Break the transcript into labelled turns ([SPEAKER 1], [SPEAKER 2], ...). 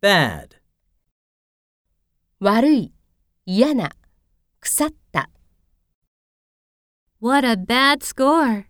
[SPEAKER 1] bad,
[SPEAKER 2] 悪い、嫌な、腐った。
[SPEAKER 3] What a bad score!